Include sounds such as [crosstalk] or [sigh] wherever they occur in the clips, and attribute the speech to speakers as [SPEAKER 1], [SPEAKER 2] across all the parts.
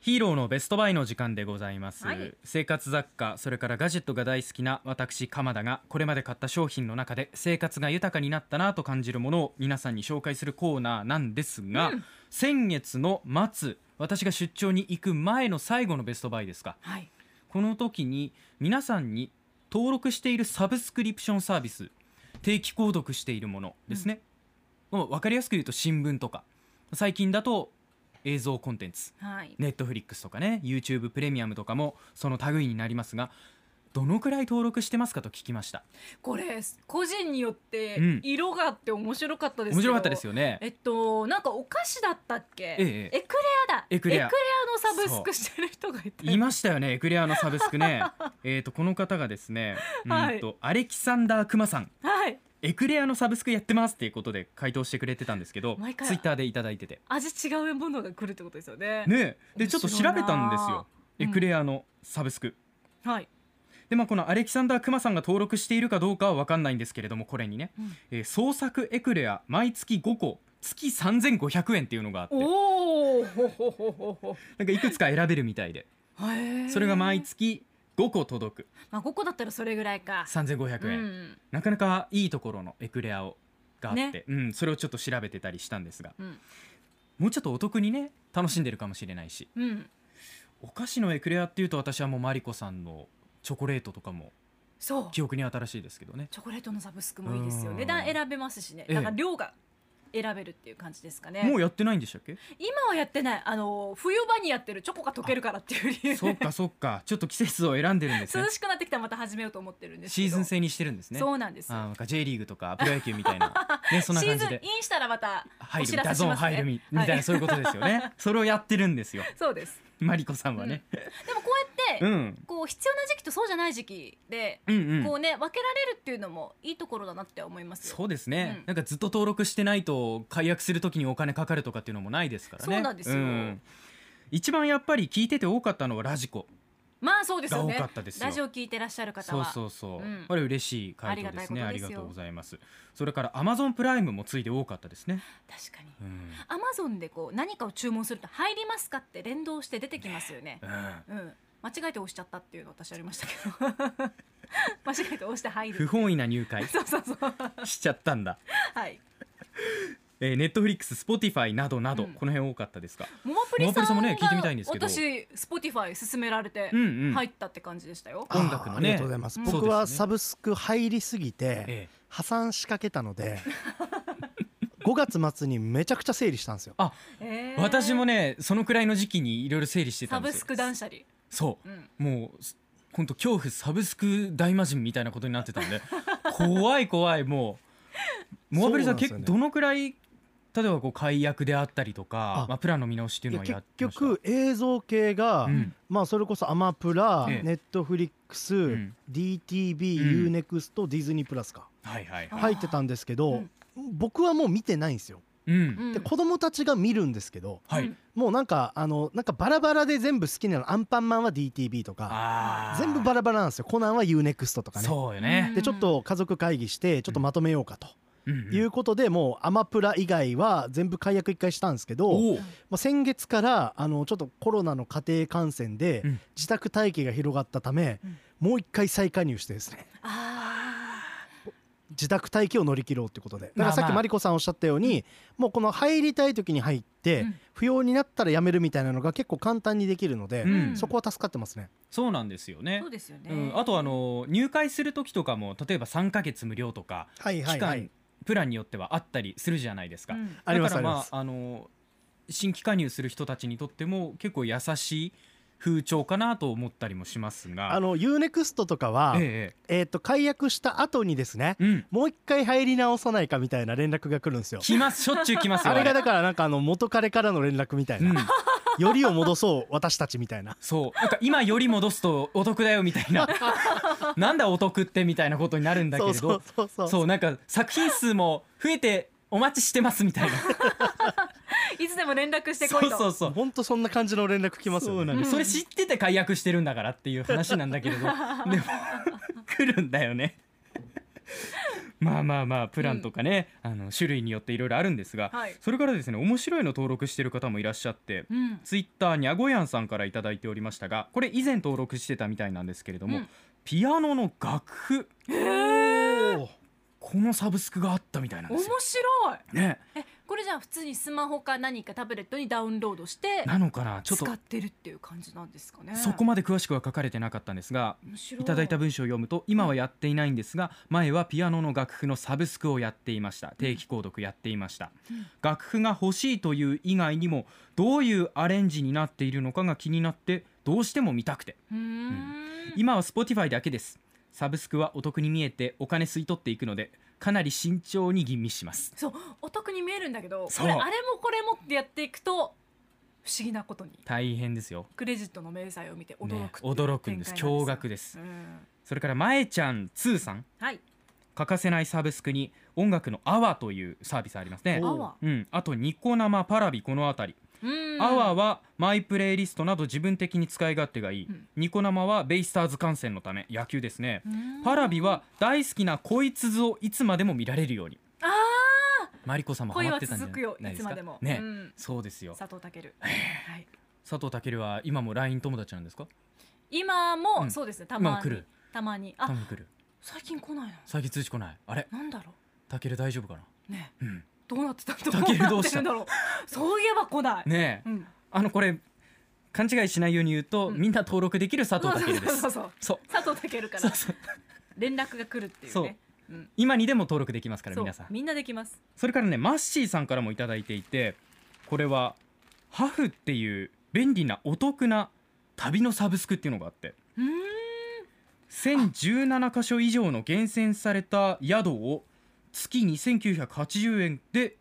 [SPEAKER 1] ヒーローのベストバイの時間でございます、
[SPEAKER 2] はい
[SPEAKER 1] 生活雑貨それからガジェットが大好きな私鎌田がこれまで買った商品の中で生活が豊かになったなと感じるものを皆さんに紹介するコーナーなんですが、先月の末私が出張に行く前の最後のベストバイですか
[SPEAKER 2] はい。
[SPEAKER 1] この時に皆さんに登録しているサブスクリプションサービス定期購読しているものですね、もう分かりやすく言うと新聞とか最近だと映像コンテンツ
[SPEAKER 2] はい。
[SPEAKER 1] ネットフリックスとかね YouTube プレミアムとかもその類になりますがどのくらい登録してますかと聞きました
[SPEAKER 2] これ個人によって
[SPEAKER 1] うん
[SPEAKER 2] 色があって面白かったですけど。
[SPEAKER 1] 面白かったですよね
[SPEAKER 2] えっとなんかお菓子だったっけ？
[SPEAKER 1] ええ
[SPEAKER 2] エクレアだ。
[SPEAKER 1] エクレア
[SPEAKER 2] のサブスクしてる人がいて。
[SPEAKER 1] いましたよねエクレアのサブスク
[SPEAKER 2] [laughs]
[SPEAKER 1] ねえっとこの方がですねうんと、アレキサンダークマさん
[SPEAKER 2] はい。
[SPEAKER 1] エクレアのサブスクやってますっていうことで回答してくれてたんですけど
[SPEAKER 2] 毎回
[SPEAKER 1] ツイッターでいただいてて
[SPEAKER 2] 味違うものが来るってことですよね。
[SPEAKER 1] ねでちょっと調べたんですよ
[SPEAKER 2] 面白いな
[SPEAKER 1] エクレアのサブスク、
[SPEAKER 2] はい。
[SPEAKER 1] でまあこのアレキサンダークマさんが登録しているかどうかは分かんないんですけれどもこれにね、
[SPEAKER 2] うん
[SPEAKER 1] えー創作エクレア毎月5個月3500円っていうのがあってな
[SPEAKER 2] おお。ほほほほ
[SPEAKER 1] [laughs]
[SPEAKER 2] ほ。
[SPEAKER 1] んかいくつか選べるみたいで
[SPEAKER 2] へえ
[SPEAKER 1] それが毎。月5個届く
[SPEAKER 2] まあ五個だったらそれぐらいか。
[SPEAKER 1] 3500円、
[SPEAKER 2] うん。
[SPEAKER 1] なかなかいいところのエクレアをがあって、
[SPEAKER 2] ね
[SPEAKER 1] うん、それをちょっと調べてたりしたんですが
[SPEAKER 2] うん。
[SPEAKER 1] もうちょっとお得にね楽しんでるかもしれないし
[SPEAKER 2] うん。
[SPEAKER 1] お菓子のエクレアっていうと私はもうマリコさんのチョコレートとかも
[SPEAKER 2] そう。
[SPEAKER 1] 記憶に新しいですけどね
[SPEAKER 2] チョコレートのサブスクもいいですよ。
[SPEAKER 1] うん
[SPEAKER 2] 値段選べますしね。
[SPEAKER 1] ええ
[SPEAKER 2] だから量が選べるっていう感じですかね。
[SPEAKER 1] もうやってないんでしたっけ [laughs]
[SPEAKER 2] 今はやってないあの冬場にやってるチョコが溶けるからっていう理由
[SPEAKER 1] そっ
[SPEAKER 2] で
[SPEAKER 1] かそっかちょっと季節を選んでるんですね
[SPEAKER 2] 涼しくなってきたらまた始めようと思ってるんですけ
[SPEAKER 1] シ
[SPEAKER 2] ど
[SPEAKER 1] ーズン制にしてるんですね
[SPEAKER 2] そうなんです
[SPEAKER 1] あー
[SPEAKER 2] よ
[SPEAKER 1] なんか J リーグとかプロ野球みたいなねそんな
[SPEAKER 2] シー
[SPEAKER 1] 感
[SPEAKER 2] ズ
[SPEAKER 1] じ
[SPEAKER 2] ンイ
[SPEAKER 1] で
[SPEAKER 2] ンしたらまた
[SPEAKER 1] 入
[SPEAKER 2] お
[SPEAKER 1] る
[SPEAKER 2] 知ら
[SPEAKER 1] ダ
[SPEAKER 2] せし
[SPEAKER 1] ゾーン
[SPEAKER 2] ますね
[SPEAKER 1] 入るみみたいな、
[SPEAKER 2] はい
[SPEAKER 1] そういうことですよねそれをやってるんですよ
[SPEAKER 2] そうです
[SPEAKER 1] マリコさんはね、
[SPEAKER 2] でもこうやって、
[SPEAKER 1] うん、
[SPEAKER 2] こう必要な時期とそうじゃない時期で、
[SPEAKER 1] うんうん
[SPEAKER 2] こうね分けられるっていうのもいいところだなって思いますよ
[SPEAKER 1] そうですね、
[SPEAKER 2] うん
[SPEAKER 1] なんかずっと登録してないと解約するときにお金かかるとかっていうのもないですからね
[SPEAKER 2] そうなんですよ
[SPEAKER 1] 一番やっぱり聞いてて多かったのはラジコ
[SPEAKER 2] まあそうですよね
[SPEAKER 1] が多かったですよ
[SPEAKER 2] ラジオ聞いてらっしゃる方
[SPEAKER 1] そう
[SPEAKER 2] は
[SPEAKER 1] そうそう、
[SPEAKER 2] うん
[SPEAKER 1] これ嬉しい回答ですねあ
[SPEAKER 2] あ
[SPEAKER 1] り
[SPEAKER 2] り
[SPEAKER 1] が
[SPEAKER 2] がたいことですよ
[SPEAKER 1] とうございますそれからアマゾンプライムもついて多かったですね、
[SPEAKER 2] 確かに
[SPEAKER 1] うん
[SPEAKER 2] アマゾンでこう何かを注文すると入りますかって連動して出てきますよね
[SPEAKER 1] うん
[SPEAKER 2] うん間違えて押しちゃったっていうの私ありましたけど [laughs] 間違えて押して入
[SPEAKER 1] 不
[SPEAKER 2] る
[SPEAKER 1] 本意な入 [laughs] 会
[SPEAKER 2] そうそうそう
[SPEAKER 1] しちゃったんだ
[SPEAKER 2] はい。
[SPEAKER 1] えー、ネットフリックス、スポティファイなどなど、
[SPEAKER 2] うん
[SPEAKER 1] この辺多かったですか。
[SPEAKER 2] モアプリ
[SPEAKER 1] モアプリさ
[SPEAKER 2] さ
[SPEAKER 1] ん
[SPEAKER 2] ん
[SPEAKER 1] も
[SPEAKER 2] が
[SPEAKER 1] ね聞いてみたいんですけど
[SPEAKER 2] 私 Spotify 勧められて
[SPEAKER 1] うんうん
[SPEAKER 2] 入ったって感じでしたよ。
[SPEAKER 1] 音楽のね
[SPEAKER 3] あーありがとうございます
[SPEAKER 2] うん
[SPEAKER 3] 僕
[SPEAKER 1] そう
[SPEAKER 3] は
[SPEAKER 1] ですね
[SPEAKER 3] サブスク入りすぎて
[SPEAKER 1] え
[SPEAKER 3] 破産しかけたので [laughs] 5月末にめちゃくちゃ整理したんですよ
[SPEAKER 2] え
[SPEAKER 1] ー
[SPEAKER 2] ー
[SPEAKER 1] 私もね、そのくらいの時期にいろいろ整理してた
[SPEAKER 2] サ
[SPEAKER 1] んで
[SPEAKER 2] ブ
[SPEAKER 1] すよ
[SPEAKER 2] ス。ク断捨離。
[SPEAKER 1] そう、
[SPEAKER 2] うん。
[SPEAKER 1] もう、本当恐怖サブスク大魔人みたいなことになってた
[SPEAKER 2] [laughs]
[SPEAKER 1] んで、怖い怖い、もう。モアブリさん、
[SPEAKER 3] そう
[SPEAKER 1] 結
[SPEAKER 3] な
[SPEAKER 1] 構
[SPEAKER 3] んですよ
[SPEAKER 1] ど
[SPEAKER 3] ね
[SPEAKER 1] のくらい、例えばこう解約であったりとか
[SPEAKER 3] あ、
[SPEAKER 1] まあプランの見直しっていう
[SPEAKER 3] い
[SPEAKER 1] の
[SPEAKER 3] や
[SPEAKER 1] はやっ
[SPEAKER 3] 結
[SPEAKER 1] てました。
[SPEAKER 3] 局映像系が、
[SPEAKER 1] うん
[SPEAKER 3] まあそれこそアマプラ、
[SPEAKER 1] ええ
[SPEAKER 3] ネットフリックス、
[SPEAKER 1] ん
[SPEAKER 3] DTV、UNEXT ディズニープラスか
[SPEAKER 1] はいはいはい。
[SPEAKER 2] あ
[SPEAKER 3] 入ってたんですけど、
[SPEAKER 2] うん
[SPEAKER 3] 僕はもう見てないんですよ、
[SPEAKER 1] う。
[SPEAKER 2] うんん
[SPEAKER 3] で子供たちが見るんですけど
[SPEAKER 1] は
[SPEAKER 2] う
[SPEAKER 1] い
[SPEAKER 2] ん。
[SPEAKER 3] もうなんかあのなんかバラバラで全部好きなのアンパンマンは DTV とか
[SPEAKER 1] あー
[SPEAKER 3] 全部バラバラなんですよコナンは UNEXT とかね
[SPEAKER 1] そうよね。
[SPEAKER 2] う
[SPEAKER 3] で
[SPEAKER 2] ん
[SPEAKER 3] ちょっと家族会議してちょっとまとめようかと
[SPEAKER 1] うんうん
[SPEAKER 3] いうことで、もうアマプラ以外は全部解約一回したんですけど、ま
[SPEAKER 1] おう
[SPEAKER 3] あ、先月からあのちょっとコロナの家庭感染で
[SPEAKER 1] うん
[SPEAKER 3] 自宅待機が広がったため、もう一回再加入してですね
[SPEAKER 2] あ
[SPEAKER 3] 自宅待機を乗り切ろうってことでだ
[SPEAKER 1] まあま
[SPEAKER 3] か
[SPEAKER 1] あ
[SPEAKER 3] らさっきマリコさんおっしゃったように、もうこの入りたい時に入って、
[SPEAKER 2] うん
[SPEAKER 3] 不要になったらやめるみたいなのが結構簡単にできるので、
[SPEAKER 1] うん
[SPEAKER 3] そこは助かってますね。
[SPEAKER 1] そうなんですよ
[SPEAKER 2] あ。
[SPEAKER 1] ね
[SPEAKER 2] そう。ですよね。
[SPEAKER 1] うん、あとあの入会する時とかも例えば3ヶ月無料とか
[SPEAKER 3] はい
[SPEAKER 1] 期間、プランによってはあったりするじゃないですか、
[SPEAKER 2] うん
[SPEAKER 3] あり
[SPEAKER 1] だ
[SPEAKER 3] ま
[SPEAKER 1] か
[SPEAKER 3] す
[SPEAKER 1] ら
[SPEAKER 3] あり
[SPEAKER 1] ま
[SPEAKER 3] ます
[SPEAKER 1] ああの新規加入する人たちにとっても結構優しい風潮かなと思ったりもしますが
[SPEAKER 3] あの UNEXT とかは、え
[SPEAKER 1] え
[SPEAKER 3] ー、と解約した後にですね
[SPEAKER 1] えうん
[SPEAKER 3] もう一回入り直さないかみたいな連絡が来るんですよ。
[SPEAKER 1] 来ますしょっちゅう来ますよ
[SPEAKER 3] あれが
[SPEAKER 1] あれ
[SPEAKER 3] だからなんかあの元彼からの連絡みたい
[SPEAKER 1] うん
[SPEAKER 3] な、よりを戻そう私たちみたいな。
[SPEAKER 1] そうなんか今より戻すとお得だよみた [laughs]
[SPEAKER 3] [laughs]
[SPEAKER 1] いななんだお得ってみたいなことになるんだけ
[SPEAKER 3] そ
[SPEAKER 1] れ
[SPEAKER 3] うそ
[SPEAKER 1] ど
[SPEAKER 3] うそうそう。
[SPEAKER 1] そうなんか作品数も増えてお待ちしてますみたい
[SPEAKER 3] [laughs]
[SPEAKER 1] な
[SPEAKER 2] いつでも連絡して
[SPEAKER 1] そ
[SPEAKER 2] こいうと。
[SPEAKER 1] そうそう
[SPEAKER 3] 本当そんな感じの連絡来ますよ、ね。
[SPEAKER 1] そうなんです
[SPEAKER 2] うん
[SPEAKER 1] それ知ってて解約してるんだから [laughs] っていう話なんだけれどでも来るんだよねまあまあまあプランとかね、あの種類によっていろいろあるんですが、
[SPEAKER 2] はい
[SPEAKER 1] それからですね面白いの登録してる方もいらっしゃって、
[SPEAKER 2] うん
[SPEAKER 1] ツイッターにゃごやんさんから頂いただいておりましたがこれ以前登録してたみたいなんですけれども、
[SPEAKER 2] うん
[SPEAKER 1] ピアノの楽譜
[SPEAKER 3] おー
[SPEAKER 1] このサブスクがあったみたいなんで
[SPEAKER 2] 面
[SPEAKER 1] すよ。
[SPEAKER 2] 白い
[SPEAKER 1] ね、
[SPEAKER 2] えこれじゃあ普通にスマホか何かタブレットにダウンロードして
[SPEAKER 1] なのかなちょっ
[SPEAKER 2] 使
[SPEAKER 1] と
[SPEAKER 2] ってるっていう感じなんですかね
[SPEAKER 1] そこまで詳しくは書かれてなかったんですが
[SPEAKER 2] 面白
[SPEAKER 1] いただいた文章を読むと今はやっていないんですが前はピアノの楽譜のサブスクをやっていました定期購読やっていました、
[SPEAKER 2] うん
[SPEAKER 1] 楽譜が欲しいという以外にもどういうアレンジになっているのかが気になってどうしても見たくて
[SPEAKER 2] うーん
[SPEAKER 1] 今は Spotify だけですサブスクはお得に見えてお金吸い取っていくのでかなり慎重に吟味します
[SPEAKER 2] そうお得に見えるんだけど
[SPEAKER 1] そう
[SPEAKER 2] これあれもこれもってやっていくと不思議なことに
[SPEAKER 1] 大変ですよ
[SPEAKER 2] クレジットの明細を見て驚
[SPEAKER 1] ね
[SPEAKER 2] くっていう
[SPEAKER 1] 驚くんです
[SPEAKER 2] 展開なん
[SPEAKER 1] 驚愕です
[SPEAKER 2] うん
[SPEAKER 1] それからまえちゃん2さん
[SPEAKER 2] はい
[SPEAKER 1] 欠かせないサブスクに音楽のアワーというサービスありますね
[SPEAKER 2] アワ
[SPEAKER 1] うん、あとニコ生パラビこの辺り、
[SPEAKER 2] うん
[SPEAKER 1] アワーはマイプレイリストなど自分的に使い勝手がいい、
[SPEAKER 2] うん
[SPEAKER 1] ニコ生はベイスターズ観戦のため野球ですね、
[SPEAKER 2] うん
[SPEAKER 1] パラビは大好きなこいつずをいつまでも見られるように
[SPEAKER 2] あ
[SPEAKER 1] マリコさん
[SPEAKER 2] ー
[SPEAKER 1] もハ
[SPEAKER 2] 恋
[SPEAKER 1] マっ
[SPEAKER 2] は
[SPEAKER 1] てたんじゃ
[SPEAKER 2] 続くよ
[SPEAKER 1] ない
[SPEAKER 2] い
[SPEAKER 1] です
[SPEAKER 2] つ
[SPEAKER 1] か
[SPEAKER 2] までも
[SPEAKER 1] ね、
[SPEAKER 2] うん
[SPEAKER 1] そうですよ
[SPEAKER 2] 佐藤
[SPEAKER 1] [sighs]
[SPEAKER 2] 健はい
[SPEAKER 1] 佐藤健は今も LINE 友達なんですか
[SPEAKER 2] 今
[SPEAKER 1] う
[SPEAKER 2] も
[SPEAKER 1] ん
[SPEAKER 2] そうですねた
[SPEAKER 1] 今も
[SPEAKER 2] ま
[SPEAKER 1] 来
[SPEAKER 2] に
[SPEAKER 1] る
[SPEAKER 2] たまに
[SPEAKER 1] 多
[SPEAKER 2] あ
[SPEAKER 1] 分来る
[SPEAKER 2] 最近来ないな
[SPEAKER 1] 最近通知来ないあれ
[SPEAKER 2] なんだろ
[SPEAKER 1] 健大丈夫かな
[SPEAKER 2] うね
[SPEAKER 1] うん
[SPEAKER 2] どうなってたど
[SPEAKER 1] タ
[SPEAKER 2] う
[SPEAKER 1] ケル
[SPEAKER 2] な
[SPEAKER 1] どう
[SPEAKER 2] って
[SPEAKER 1] した
[SPEAKER 2] るんだろうそういえば来ない、
[SPEAKER 1] ねえ
[SPEAKER 2] うん、
[SPEAKER 1] あのこれ勘違いしないように言うと、
[SPEAKER 2] うん
[SPEAKER 1] みんな登録できる佐藤健で
[SPEAKER 2] そうそ
[SPEAKER 1] す
[SPEAKER 2] うそう
[SPEAKER 1] そう
[SPEAKER 2] 佐藤健か
[SPEAKER 1] そう
[SPEAKER 2] ら
[SPEAKER 1] そう
[SPEAKER 2] 連絡が来るっていうねうん
[SPEAKER 1] 今にでも登録できますから
[SPEAKER 2] そう
[SPEAKER 1] 皆さん
[SPEAKER 2] みんなできます
[SPEAKER 1] それからねマッシーさんからもいただいていてこれはハフっていう便利なお得な旅のサブスクっていうのがあって
[SPEAKER 2] うーん
[SPEAKER 1] 1017箇所以上の厳選された宿を月2980円で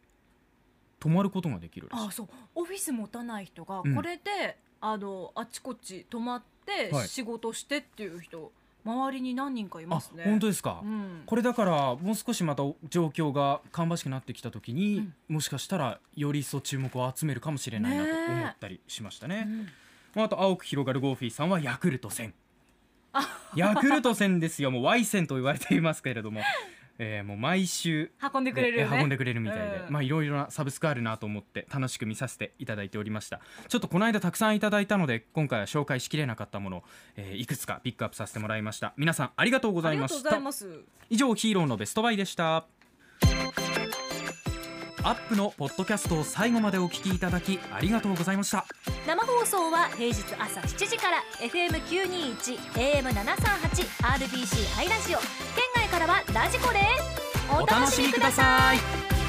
[SPEAKER 1] 泊まることができるらしい
[SPEAKER 2] あそうオフィス持たない人が
[SPEAKER 1] うん
[SPEAKER 2] これで、あのあっちこっち泊まって
[SPEAKER 1] はい
[SPEAKER 2] 仕事してっていう人、周りに何人かい
[SPEAKER 1] あ
[SPEAKER 2] ますね
[SPEAKER 1] 本当ですか、
[SPEAKER 2] うん、
[SPEAKER 1] これだからもう少しまた状況が芳しくなってきた時に、もしかしたらより一層注目を集めるかもしれないなと思ったりしましたね
[SPEAKER 2] うん
[SPEAKER 1] まあ、あと青く広がるゴーフィーさんはヤクルト1000ヤクルト1000ですよもう Y 線と言われていますけれども、えーもう毎週
[SPEAKER 2] 運んでくれるよ
[SPEAKER 1] ね
[SPEAKER 2] ね
[SPEAKER 1] 運んでくれるみたいで、
[SPEAKER 2] うん
[SPEAKER 1] まあいろいろなサブスクあるなと思って楽しく見させていただいておりましたちょっとこの間たくさんいただいたので今回は紹介しきれなかったものを、えーいくつかピックアップさせてもらいました皆さんありがとうご
[SPEAKER 2] あ
[SPEAKER 1] ざい
[SPEAKER 2] りが
[SPEAKER 1] ま
[SPEAKER 2] とうご
[SPEAKER 1] し
[SPEAKER 2] ざ
[SPEAKER 1] た
[SPEAKER 2] います
[SPEAKER 1] 以上ヒーローのベストバイでしたアップのポッドキャストを最後までお聞きいただきありがとうございました
[SPEAKER 4] 生放送は平日朝7時から FM921 AM738 RBC ハイラジオ県外からはラジコですお楽しみください
[SPEAKER 1] さい